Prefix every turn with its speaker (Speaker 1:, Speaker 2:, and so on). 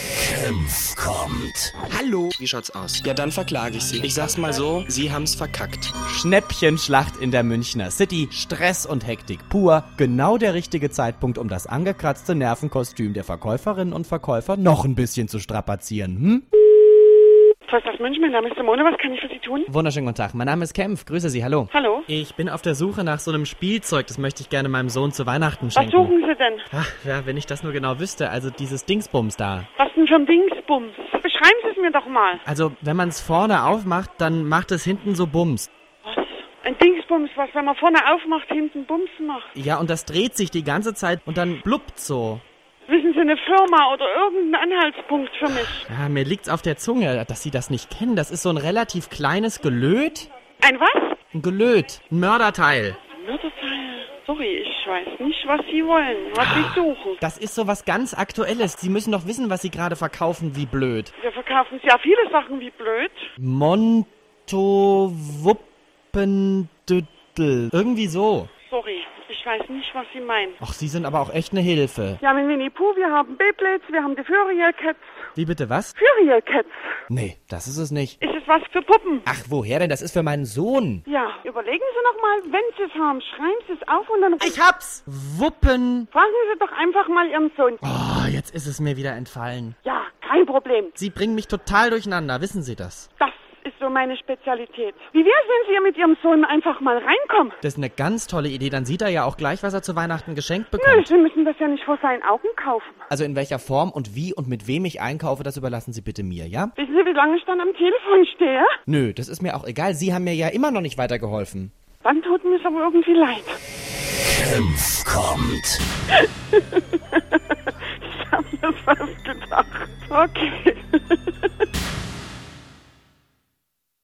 Speaker 1: Senf kommt.
Speaker 2: Hallo.
Speaker 3: Wie schaut's aus? Ja, dann verklage ich Sie. Ich sag's mal so, Sie haben's verkackt.
Speaker 2: Schnäppchenschlacht in der Münchner City, Stress und Hektik pur. Genau der richtige Zeitpunkt, um das angekratzte Nervenkostüm der Verkäuferinnen und Verkäufer noch ein bisschen zu strapazieren. Hm?
Speaker 4: Volkswagen München, mein Name ist Simone, was kann ich für Sie tun?
Speaker 2: Wunderschönen guten Tag. Mein Name ist Kempf. Grüße Sie. Hallo.
Speaker 4: Hallo?
Speaker 2: Ich bin auf der Suche nach so einem Spielzeug. Das möchte ich gerne meinem Sohn zu Weihnachten
Speaker 4: Was
Speaker 2: schenken.
Speaker 4: suchen Sie denn?
Speaker 2: Ach, ja, wenn ich das nur genau wüsste. Also dieses Dingsbums da.
Speaker 4: Was denn für ein Dingsbums? Beschreiben Sie es mir doch mal.
Speaker 2: Also, wenn man es vorne aufmacht, dann macht es hinten so Bums.
Speaker 4: Was? Ein Dingsbums, was, wenn man vorne aufmacht, hinten Bums macht.
Speaker 2: Ja, und das dreht sich die ganze Zeit und dann blubbt so.
Speaker 4: Wissen Sie eine Firma oder irgendeinen Anhaltspunkt für mich?
Speaker 2: Ja, Ah, mir liegt's auf der Zunge, dass Sie das nicht kennen. Das ist so ein relativ kleines Gelöt.
Speaker 4: Ein was?
Speaker 2: Ein Gelöt. Ein Mörderteil.
Speaker 4: Mörderteil. Sorry, ich weiß nicht, was Sie wollen, was Sie suchen.
Speaker 2: Das ist so was ganz Aktuelles. Sie müssen doch wissen, was Sie gerade verkaufen, wie blöd.
Speaker 4: Wir verkaufen ja viele Sachen wie blöd.
Speaker 2: Montowuppendüttel. Irgendwie so.
Speaker 4: Sorry, ich weiß nicht, was Sie meinen.
Speaker 2: Ach, Sie sind aber auch echt eine Hilfe.
Speaker 4: Wir haben Winnie Pooh, wir haben Beyblades, wir haben die Furiel Cats.
Speaker 2: Wie bitte was?
Speaker 4: Furiel Cats.
Speaker 2: Nee, das ist es nicht.
Speaker 4: Ist es was für Puppen?
Speaker 2: Ach, woher denn? Das ist für meinen Sohn.
Speaker 4: Ja, überlegen Sie noch mal, wenn Sie es haben, schreiben Sie es auf und dann
Speaker 2: Ich hab's! Wuppen!
Speaker 4: fragen Sie doch einfach mal Ihren Sohn.
Speaker 2: Oh, jetzt ist es mir wieder entfallen.
Speaker 4: Ja, kein Problem.
Speaker 2: Sie bringen mich total durcheinander, wissen Sie das?
Speaker 4: Das ist so meine Spezialität. Wie wär's, wenn Sie hier mit Ihrem Sohn einfach mal reinkommen?
Speaker 2: Das ist eine ganz tolle Idee, dann sieht er ja auch gleich, was er zu Weihnachten geschenkt
Speaker 4: Nö,
Speaker 2: bekommt.
Speaker 4: Sie müssen das ja nicht vor seinen Augen kaufen.
Speaker 2: Also in welcher Form und wie und mit wem ich einkaufe, das überlassen Sie bitte mir, ja?
Speaker 4: Wissen Sie, wie lange ich dann am Telefon stehe?
Speaker 2: Nö, das ist mir auch egal, Sie haben mir ja immer noch nicht weitergeholfen.
Speaker 4: Dann tut mir es aber irgendwie leid.
Speaker 1: Senf kommt.
Speaker 4: Ich habe mir fast gedacht. Okay.